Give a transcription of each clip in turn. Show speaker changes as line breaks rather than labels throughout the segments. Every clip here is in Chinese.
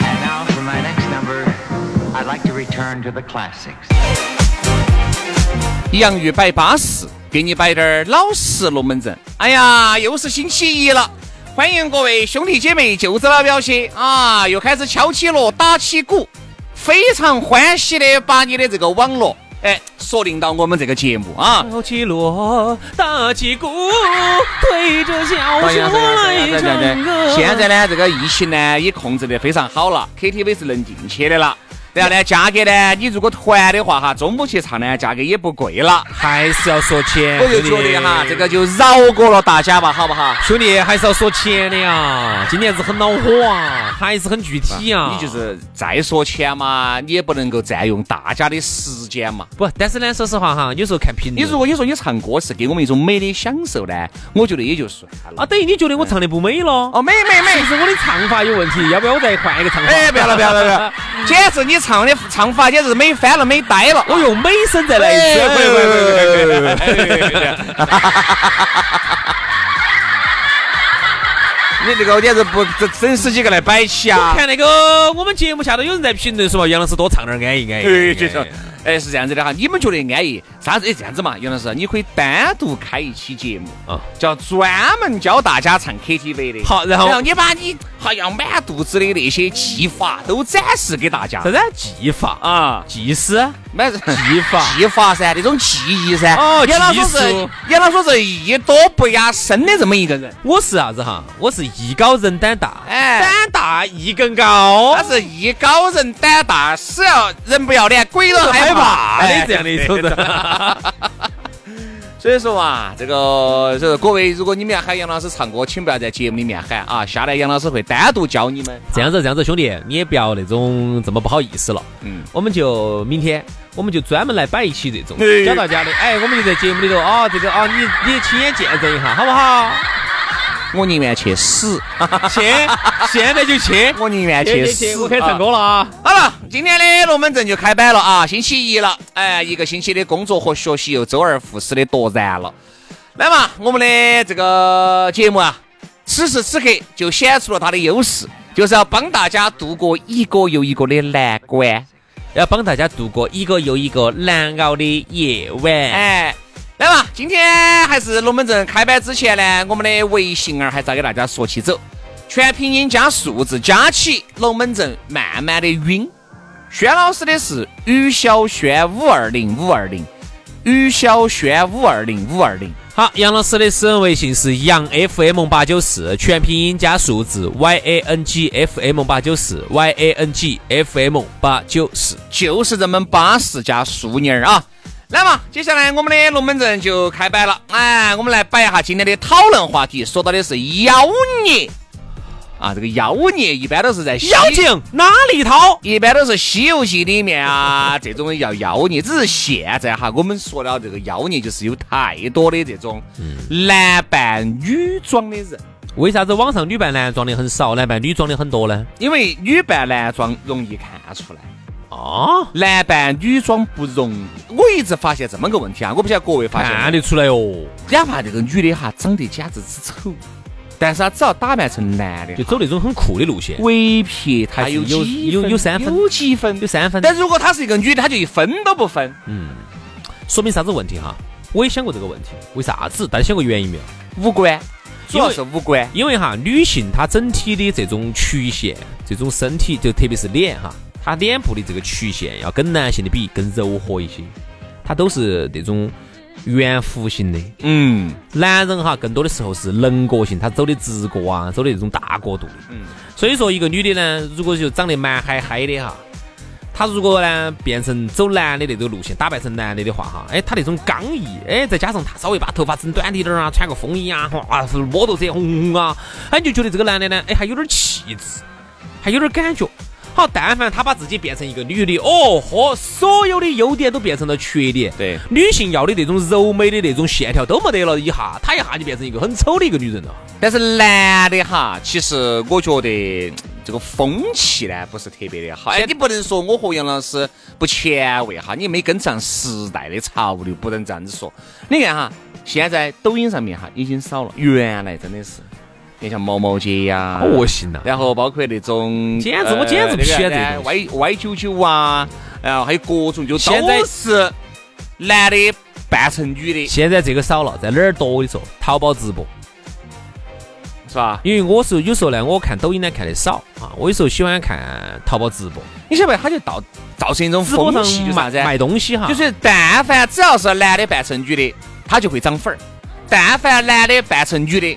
And now for my next number, I'd like to return to the classics.
洋芋摆巴适，给你摆点儿老实龙门阵。哎呀，又是星期一了，欢迎各位兄弟姐妹、舅子老表些啊，又开始敲起锣打起鼓，非常欢喜的把你的这个网络，哎，锁定到我们这个节目啊。
敲起锣，打起鼓，推着小
哎呀
手来唱歌。
现在呢，这个疫情呢也控制得非常好了，KTV 是能进去的了。然后呢，价格呢，你如果团的话哈，中午去唱呢，价格也不贵了。
还是要说钱，
我就觉得哈，这个就饶过了大家吧，好不好？
兄弟还是要说钱的呀。今年子很恼火啊，还是很具体啊呀。
你就是再说钱嘛，你也不能够占用大家的时间嘛。
不，但是呢，说实话哈，有时候看评
你
论，
如果你说你唱歌是给我们一种美的享受呢，我觉得也就算了。
啊，等于你觉得我唱的不美了，
哦，美美美
是不，是我的唱法有问题？要不要我再换一个唱法？
哎，不要了不要了不要了， 简直你唱的唱法简直美翻了美呆了。
我用哎美声再来一次。
哎喂喂喂喂喂喂你这个简直不整整十几个来摆起啊！
看那个我们节目下头有人在评论说嘛，杨老师多唱点儿安哎逸安逸。
对，就是，哎，是这样子的哈，你们觉得安逸？啥子？哎，这样子嘛，杨老师，你可以单独开一期节目
啊
叫专门教大家唱 KTV 的。
好然后
你把你好像满肚子的那些技法都展示给大家
啥。子技法啊？
啊，
技师？
满技
技法
技法噻，那种技艺噻。
哦
杨老师
技
是
术
杨老师是艺多不压身的这么一个人，
我是啥子哈？我是艺高人胆大，
哎
胆大艺更高
他，是艺高人胆大，死要人不要脸，鬼都
哎
害怕哎
的这样的一种人。
所以说嘛，这个就是各位，如果你们要喊杨老师唱歌，请不要在节目里面喊啊，下来杨老师会单独教你们。
这样子，这样子，兄弟，你也不要那种这么不好意思了。
嗯，
我们就明天，我们就专门来摆一期这种
哎
教大家的。哎，我们就在节目里头啊，这个啊，你你亲眼见证一下，好不好？
我宁愿去死，
去，现在就去，
我宁愿去
去
死
去，。我开始唱歌了啊！
啊。好了，今天的龙门阵就开摆了啊，星期一了，哎，一个星期的工作和学习又周而复始的夺燃了。那么我们的这个节目啊，此时此刻就显出了它的优势，就是要帮大家度过一个又一个的难关。
要帮大家度过一个又一个难熬的夜晚。
哎，来嘛，今天还是龙门阵开摆之前呢，我们的微信儿还是要给大家说起走，全拼音加数字加起，龙门阵慢慢的晕。轩老师的是于小轩五二零五二零，于小轩五二零五二零。
好，杨老师的私人微信是杨 FM 八九四，全拼音加数字 Y A N G F M 八九四，Y A N G F M 八九四。
就是这么巴适加淑女儿啊。来嘛，接下来我们的龙门阵就开摆了。哎，我们来摆一下今天的讨论话题，说到的是妖孽啊，这个妖孽一般都是在西
妖精哪里逃？
一般都是《西游记》里面啊， 这种叫妖孽。只是现在哈，我们说了这个妖孽，就是有太多的这种
嗯
男扮女装的人，
为啥子网上女扮男装的很少，男扮女装的很多呢？
因为女扮男装容易看出来，
啊，
男扮女装不容易。我一直发现这么个问题啊，我不晓得各位发现
看
没有，
得出来哦，
哪怕这个女的哈长得简直之丑，但是她只要打扮成男的
就，走那种很酷的路线，
唯撇她
还有
有
几有有三分
有几分
有。三分。嗯
但如果她是一个女的，她就一分都不分。
说明啥子问题哈？我也想过这个问题，为啥子？大家想过原因没有？
五官主要是五官。
因为哈，女性她整体的这种曲线，这种身体，就特别是脸哈，她脸部的这个曲线要跟男性的比更柔和一些，她都是那种圆弧形的。
嗯，
男人哈，更多的时候是棱角形，他走的直角啊，走的这种大角度的。嗯，所以说一个女的呢，如果就长得蛮嗨嗨的哈，她如果呢变成走男的那种路线，打扮成男的的话哈，哎，她那种刚毅，哎，再加上她稍微把头发整短一点儿啊，穿个风衣啊，哇，是摩托车红红啊，哎，你就觉得这个男的呢，哎，还有点气质，还有点感觉。好，但凡她把自己变成一个女的，哦豁，所有的优点都变成了缺点。
对
女性要的那种柔美的那种线条都没得了，一下她一下就变成一个很丑的一个女人了。
但是男的哈，其实我觉得这个风气呢不是特别的好。哎，你不能说我和杨老师不前卫哈，你没跟上时代的潮流，不能这样子说。你看哈，现在抖音上面哈已经少了，原来真的是，你像毛毛姐哎呀、
好恶心哦呐！
然后包括那种，呃
简直我简直不喜欢这
那
东
个歪歪九九啊，然后还有各种就
现在
都是男的扮成女的，
现在这个少了，在哪儿多？我跟你说，淘宝直播，
是吧？
因为我是有时候呢，我看抖音呢看的少啊，我有时候喜欢看淘宝直播，
你晓得不？他就造造成一种
直播
风
上
气，就是啥
卖
子？
卖东西哈，
就是但凡只要是男的扮成女的，他就会涨粉儿；但凡男的扮成女的，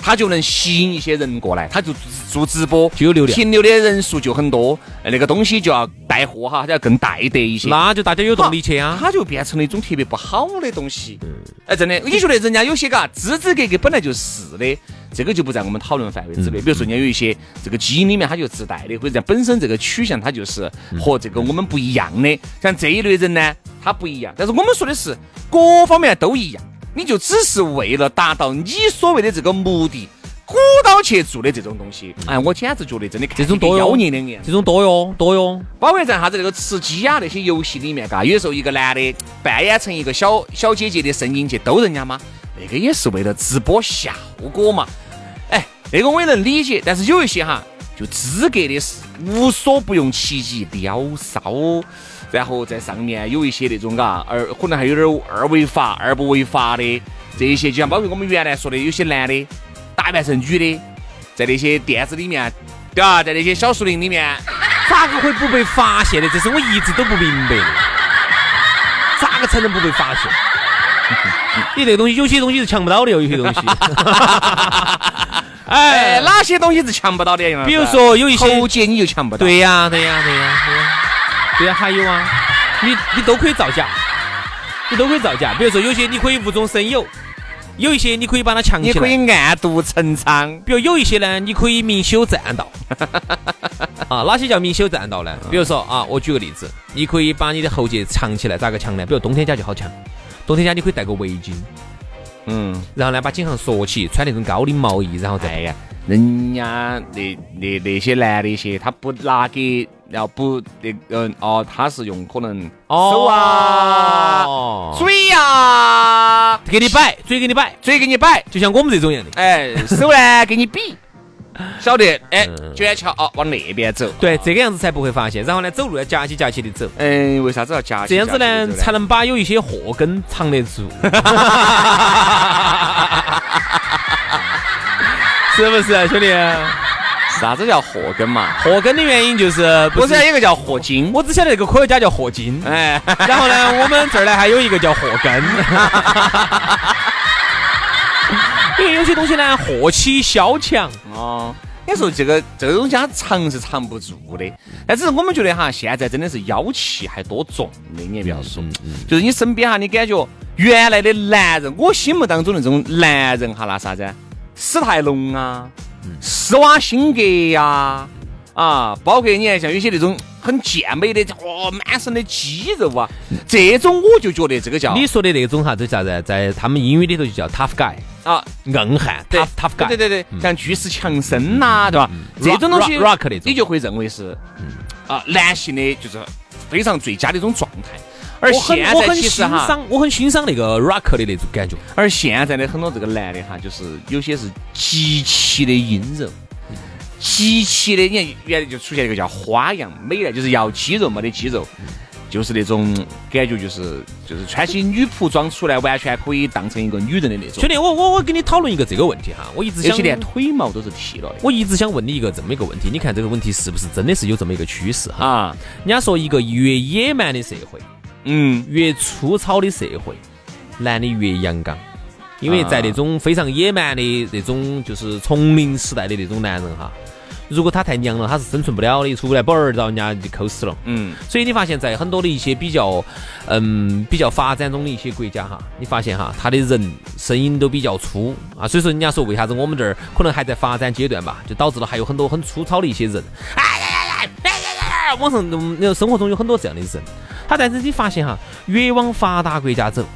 他就能吸引一些人过来，他就做直播，
就有流量
停留的人数就很多，呃那个东西就要带货哈，它要更带得一些。
那就大家有动力去啊。嗯
它就变成了一种特别不好的东西。哎，真的，你觉得人家有些嘎支支格格本来就是的，这个就不在我们讨论范围之
嗯
内。比如说，人家有一些这个基因里面它就自带的，或者人家本身这个取向它就是
嗯
和这个我们不一样的。像这一类人呢，他不一样。但是我们说的是各方面都一样，你就只是为了达到你所谓的这个目的。鼓捣去做的这种东西，哎，我简直觉得真的看
嗯这种
起来
多哟
妖孽两眼，
这种多哟多哟，
包括在啥子那个吃鸡啊那些游戏里面，嘎，有时候一个男的扮演成一个小小姐姐的声音去逗人家嘛，那个也是为了直播效果嘛。哎，那个我也能理解，但是有一些哈，就资格的是无所不用其极，撩骚。哦然后在上面有一些那种嘎，二可能还有点儿二违法、二不违法的这一些，就像包括我们原来说的，有些男的打扮成女的，在那些店子里面，对吧？在那些小树林里面，
咋个会不被发现的？这是我一直都不明白的，咋个才能不被发 现？你这个东西，有些东西是抢不到的，有 些东西。
哎，
哎，
哪些东西是抢不到的？杨老师
比如说有一些
喉结你就抢不到，
对呀、对呀、对呀、对呀、对呀、还有啊，你你都可以造假，你都可以造假。比如说，有些你可以无中生有，有一些你可以把它强
你
起
可
来。
以暗度陈仓。
比如有一些呢，你可以明修栈道。 啊，哪些叫明修栈道呢？比如说啊，我举个例子，你可以把你的喉结藏起来，咋个强呢？比如冬天家就好强，冬天家你可以戴个围巾，
嗯，
然后呢把颈项缩起，穿那种高领毛衣，然后再
哎呀，人家那那那些男的一些，他不拿给，然后不那嗯哦，他是用可能手啊、
哦
嘴呀、
给你摆，嘴给你摆，
嘴给你摆，
就像我们这种样的。
哎，手呢给你比，晓得？哎
嗯，
卷起来哦，往那边走。
对，这个样子才不会发现。然后呢，走路要夹起夹起的走，
嗯，为啥子要夹起
这样子
夹
呢
起这个
才能把有一些祸根藏得 住，是不是、啊兄弟？
啥子叫祸根嘛？
祸根的原因就是
不
不
是
是啊
有一个叫祸精？
我只晓得那个科学家叫霍金，
哎。
然后呢，我们这儿呢还有一个叫祸 根。因为有些东西呢，祸起萧墙，
哦，你说这个这个东西它藏是藏不住的，但只是我们觉得哈，现在真的是妖气还多重的，你也不要说，就是你身边哈，你感觉原来的男人，我心目当中那种男人哈，那啥子，史泰龙啊，施瓦辛格呀。啊，包括你看，像有些那种很健美的，哇、满身的肌肉啊，这种我就觉得这个叫
你说的那种啥子叫啥子，在他们英语里头就叫 tough guy，
啊，
硬汉
对
，tough tough guy，嗯
对对对，像巨石强森呐，对吧？这种东西
rock- rock 那种嗯
你就会认为是啊，男性的就是非常最佳的一种状态。而
我很
现啊
我
在
很
其
欣
实哈，
赏，我很欣赏那个 rock 的那种感觉。
而现在的很多这个男的哈，就是有些是极其的阴柔，
嗯嗯
极其的，你看原来就出现一个叫花样美男，就是要肌肉没得肌肉。就是那种感觉，就是就是穿起女仆装出来，完全可以当成一个女人的那种
兄。弟，我我我跟你讨论一个这个问题哈，我一直
有
想
些连腿毛都是剃了的
我一直想问你一个这么一个问题，你看这个问题是不是真的是有这么一个趋势哈？
啊，
人家说一个越野蛮的社会，
嗯，
越粗糙的社会，男的越阳刚，因为在那种非常野蛮的那种就是丛林时代的那种男人哈，如果他太娘了，他是生存不了的，出不来本儿，然后人家就抠死了。
嗯，
所以你发现，在很多的一些比较，嗯，比较发展中的一些国家哈，你发现哈，他的人声音都比较粗啊，所以说人家说为啥子我们这儿可能还在发展阶段吧，就导致了还有很多很粗糙的一些人，哎呀呀呀，哎呀呀呀，网上嗯那个生活中有很多这样的人，他但是你发现哈，越往发达国家走，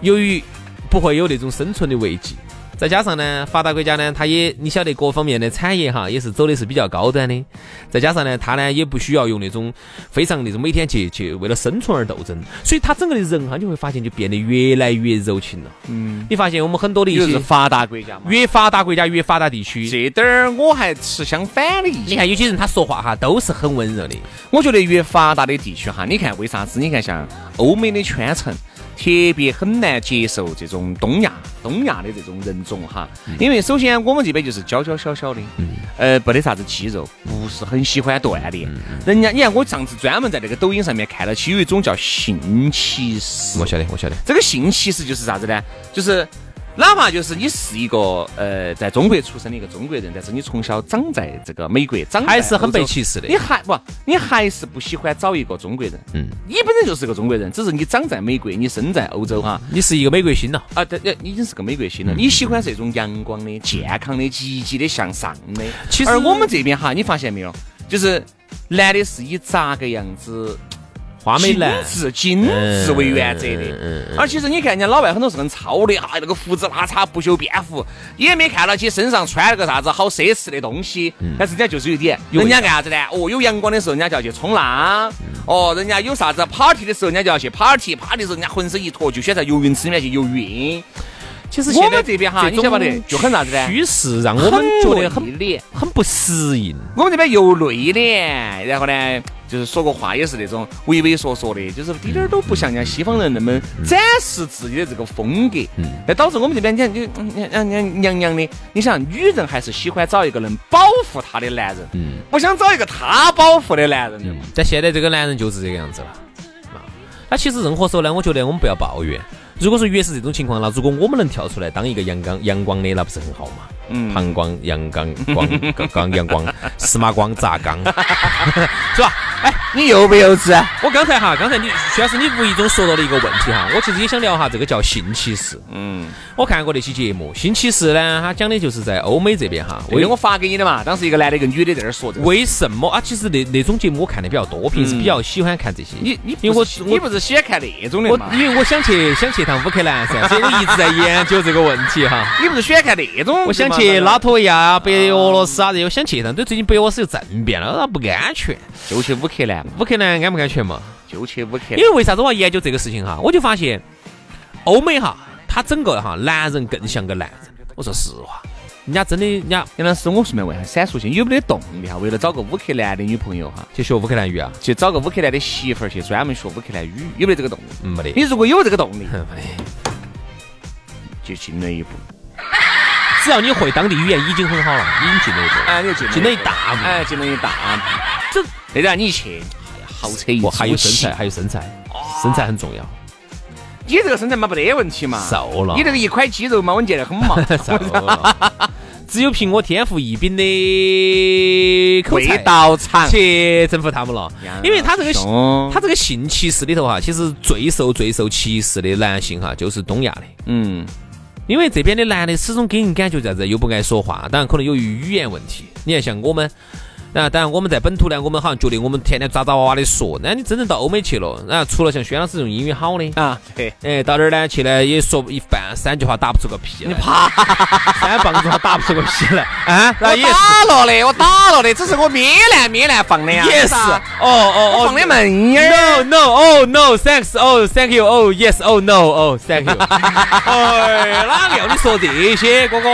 由于不会有那种生存的危机。再加上呢，发达国家呢，它也你晓得各方面的产业哈，也是走的是比较高端的。再加上呢，它呢也不需要用那种非常那种每天去去为了生存而斗争，所以他整个的人哈，你会发现就变得越来越柔情了。嗯，你发现我们很多的一
也就是
些
发达国家嘛。
越发达国家越发达地区，
这点儿我还持相反的意
你
见。
看有些人他说话哈都是很温柔的，
我觉得越发达的地区哈，你看为啥子？你看像欧美的圈层，特别很难接受这种东亚东亚的这种人种哈，因为首先我们这边就是娇娇小小的，呃，没得啥子肌肉，不是很喜欢锻炼。人家你看我上次专门在那个抖音上面看到起有一种叫性歧视，
我晓得，我晓得，
这个性其实就是啥子呢？就是哪怕就是你是一个呃在中国出生的一个中国人，但是你从小长在这个美国，长在
还是很
欧洲
被歧视的
你还不，你还是不喜欢找一个中国人。
嗯，
你本身就是个中国人，只是你长在美国，你生在欧洲哈。
你是一个美国心了。
啊，对，对你已经是个美国
嗯
心了。你喜欢这种阳光的、健康的、积极的、向上的。
其实
而我们这边哈，你发现没有，就是男的是以咋个样子
花美男，
精致精
嗯
致为原则的。而其实你看，人家老外很多是很糙的，啊，那个胡子拉碴不修边幅，也没看到起身上穿了个啥子好奢侈的东西。
嗯
但是人家就是有一点，人家干啥子呢？哦，有阳光的时候，人家就要去冲浪；哦，人家有啥子 party 的时候，人家就要去 party。party 的时候，人家浑身一坨就选在游泳池里面去游泳。
其实
我们这边哈，你
种
晓不晓得？就很啥子呢？
趋势让我们觉得很
内敛
很不适应。
我们这边又内敛，然后呢，就是说个话也是那种畏畏缩缩的，就是一点儿都不像人家西方人那么展示自己的这个风格。那导致我们这边你看就嗯嗯嗯嗯娘娘的，你想女人还是喜欢找一个能保护她的男人，不想找一个她保护的男人的嘛。
但现在这个男人就是这个样子了。啊，那其实任何时候呢，我觉得我们不要抱怨。如果说越是这种情况，那如果我们能跳出来当一个阳刚阳光的，那不是很好吗？嗯，膀胱阳刚 光刚刚阳光，司马光砸 缸，是吧？哎，
你幼不幼稚？
我刚才哈，刚才你徐老师，你无意中说到了一个问题哈，我其实也想聊哈，这个叫性歧视。
嗯，
我看过那期节目，性歧视呢，它讲的就是在欧美这边哈，
因为我发给你的嘛，当时一个男的一个女的在那儿说这个。
为什么啊？其实那那种节目我看的比较多，平时比较喜欢看这些。
你你
因为
不
我
是
我
你不是喜欢看那种的
我
嘛？
因为我想去想去趟乌克 兰噻，所以我一直在研究这个问题哈。
你不是喜欢看那种的嘛？
我想去拉脱维亚啊、北俄罗斯啊这些，我想去一趟。对，最近北俄罗斯又政变了，那不安全。
就去乌克兰嘛，
乌克兰安不安全嘛？
就去乌克
因
兰。
为为啥子我要研究这个事情哈？我就发现欧美哈，他整个哈男人更像个男人。我说实话，人家真的人家
杨老师，我顺便问下，闪烁性有没得动力哈？为了找个乌克兰的女朋友哈，
去学乌克兰语啊，
去找个乌克兰的媳妇儿去专门学乌克兰语，有没得这个动力？
嗯没得
你。如果有这个动力，
哼没得
就进了 一步。
只要你会当地语言，已经很好了，已经进了一步。
哎，你就进
进了一大步
哎，进了一大步。这那让你去，哎呀，豪车一
我还有身
出
材，
气，
还有身材，
哦
身材很重要。
你这个身材嘛没得问题嘛，
瘦了
你那个一块肌肉嘛稳健得很嘛，
糟 了，只有凭我天赋异禀的口
味
才
道 长。
去征服他们了，因为他这个
兄
他这个性歧视里头哈，其实最受最受歧视的男性哈，就是东亚的。
嗯，
因为这边的男的始终给人感觉啥子，又不爱说话，当然可能由于语言问题。你看，像我们，啊，当然我们在本土呢，我们好像觉得我们天天喳喳哇哇的说，那你真正到欧美去了，然后除了像轩老师这种英语好的，
啊，对，
哎，到那儿呢去呢也说不一半三句话打不出个屁来，你 啪，三棒子话打不出个屁来啊，
我
那也是
打了的，我打了的，只是我咩烂咩烂放的呀。
也是，哦哦
我
哦，
放的闷音儿。
No no oh no thanks oh thank you oh yes oh no oh thank you，哎，哪个要你说这些哥哥？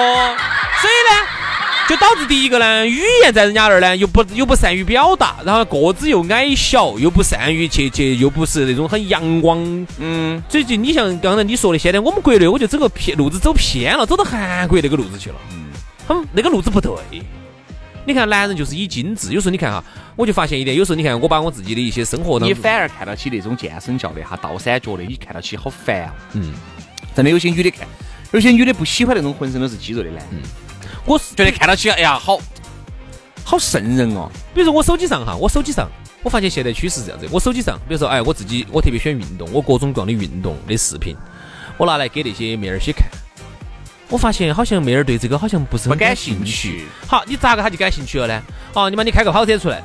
所以呢，就导致第一个呢，语言在人家那儿呢又不又不善于表达，然后个子又矮小，又不善于去去，又不是那种很阳光。
嗯，
所以就你像刚才你说的，现在我们国内，我觉得整个偏路子走偏了，走到韩国那个路子去了。他们那个路子不对。你看，男人就是以精致。有时候你看哈，我就发现一点，有时候你看我把我自己的一些生活当
你
中，
反而看到起那种健身教练哈，倒三角的，你看到起好烦啊！
嗯，
真的有些女的看，有些女的不喜欢那种浑身都是肌肉的男
嗯
人，
我是
觉得看到起哎呀好。好瘆人哦！
比如说我手机上哈，我手机上，我发现现在趋势是这样子。我手机上，比如说哎，我自己我特别喜欢运动，我各种各样的运动的视频，我拿来给那些妹儿些看。我发现好像妹儿对这个好像不是
不
很
感
兴
兴趣。
好，你咋个他就感兴趣了呢？哦，你妈你开个跑车出来，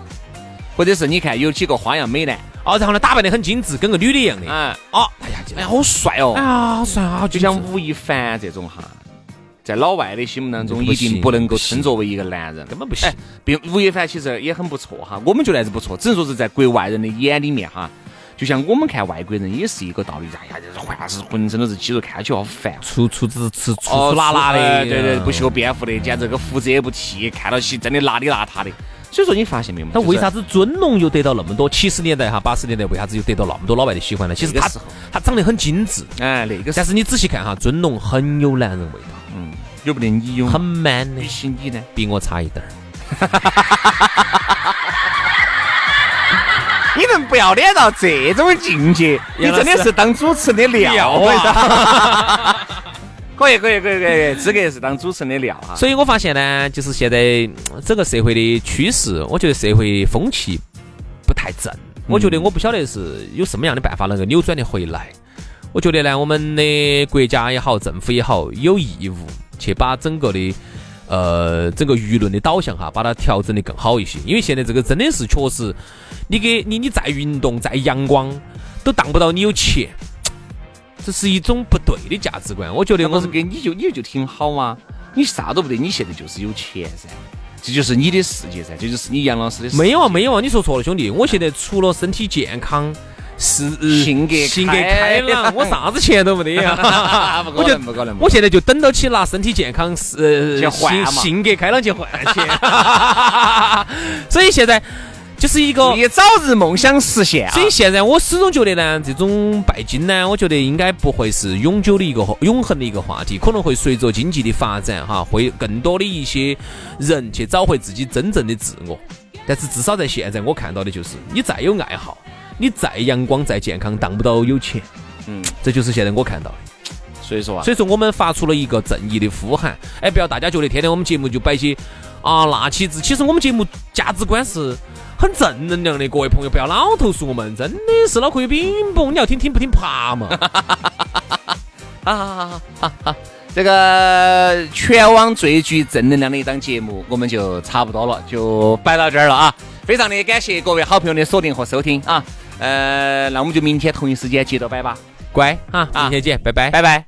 或者是你看有几个花样美男，
哦，然后呢打扮得很精致，跟个女的一样的。
啊，
哦，哎呀，就
哎呀，好帅
哎
哦！
呀，好帅啊，好
就
精致
像吴亦凡这种哈，在老外的心目当中，
不
一
行
定不能够
不行
称作为一个男人。
根本不行
哎。并吴亦凡其实也很不错哈，我们觉得还是不错，只能说是在国外人的眼里面哈，就像我们看外国人也是一个道理。哎呀，这换是浑身都是肌肉，看起来好烦。
出出子吃粗
哦
粗拉拉的，嗯
哎对对，不。修边幅的，简直个胡子也不剃，看到起真的邋里邋遢的。所以说你发现没有嘛？
他为啥
子？
子尊龙又得到那么多？七十年代哈，八十年代为啥子又得到那么多老外的喜欢呢？其实
那个
他
时候
他长得很精致，
哎，那个
但
是
是你仔细看哈，尊龙很有男人味道，
嗯，有不得你有
很 man 的
比，起你呢？
比我差一点儿。
你能不要脸到这种境界？你真的是当主持人的料 啊！ 可以可以可以可以，资格是当主持人的料啊！
所以我发现呢，就是现在嗯整个社会的趋势，我觉得社会风气不太正。我觉得我不晓得是有什么样的办法能够扭转的回来。我觉得呢，我们的国家也好，政府也好，有义务去把整个的呃整个舆论的导向哈，把它调整的更好一些。因为现在这个真的是确实，你给你你再运动再阳光，都当不到你有钱，这是一种不对的价值观。我觉得
那
我
我是
们
给你就你就挺好啊，你啥都不得，你现在就是有钱噻，这就是你的世界噻，这就是你杨老师的世界
没有啊，没有啊，你说错了，兄弟。我现在除了身体健康，是呃
性格
性格
开
开 朗，我啥子钱都没得呀
。不可能
我就
不可能不可能
我现在就等到起拿身体健康是
去
呃
换
性
嘛
性格开朗去换去。 所以现在就是一个。
你早日梦想实现啊
所！以现在我始终觉得呢，这种拜金呢，我觉得应该不会是永久的一个永恒的一个话题，可能会随着经济的发展哈，会更多的一些人去找回自己真正的自我。但是至少在现在，我看到的就是，你再有爱好，你再阳光再健康，当不到有钱。
嗯，
这就是现在我看到的。
所以说啊，
所以说我们发出了一个正义的呼喊，哎，不要大家觉得天天我们节目就摆些啊那起子，其实我们节目价值观是很正能量的，各位朋友不要老投诉我们，真的是脑壳有冰崩，你要听听不听爬嘛。
啊哈哈！这个全网最具正能量的一档节目，我们就差不多了，就摆到这儿了啊！非常的感谢各位好朋友的锁定和收听啊！呃，那我们就明天同一时间接着摆吧，
乖哈，
啊
明天见，拜拜。
拜拜。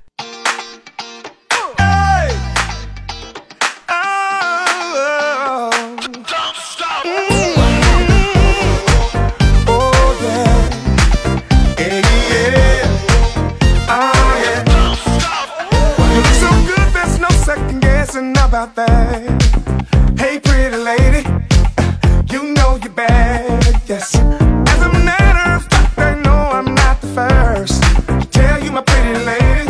so good, there's no second guessing about that. Hey, pretty lady, you know you're bad, yes. As a matter of fact, I know I'm not the first. to Tell you, my pretty lady,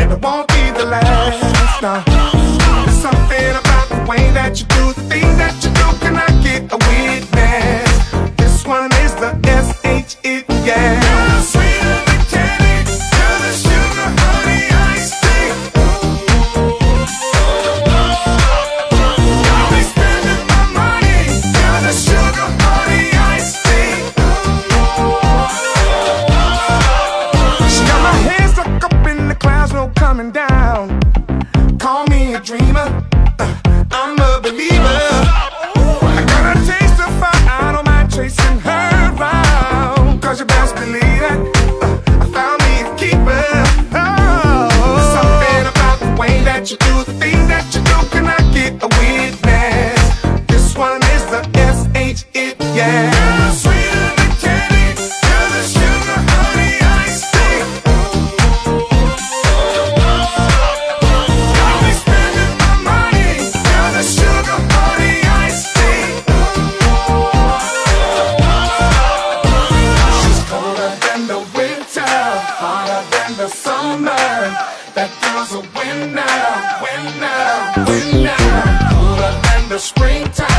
and I won't be the last. No. There's something about the way that you do the things that you do. Can I get a witness? This one is the S H E yeah. Sugar, honey, iced tea. She got my hands stuck up in the clouds, no coming down. Call me a dreamer, uh, I'm a believer. I got a taste of fire, I don't mind chasing her around. Cause you best believe it, uh, I found me a keeper. Oh, something about the way that you do the things that you do. Can I get a witness? This one is the S H it, yeah. Girl, sweeter than candy, girl, the sugar, honey, iced tea. Got me spending my money, got the sugar, Cooler than the springtime. Oh,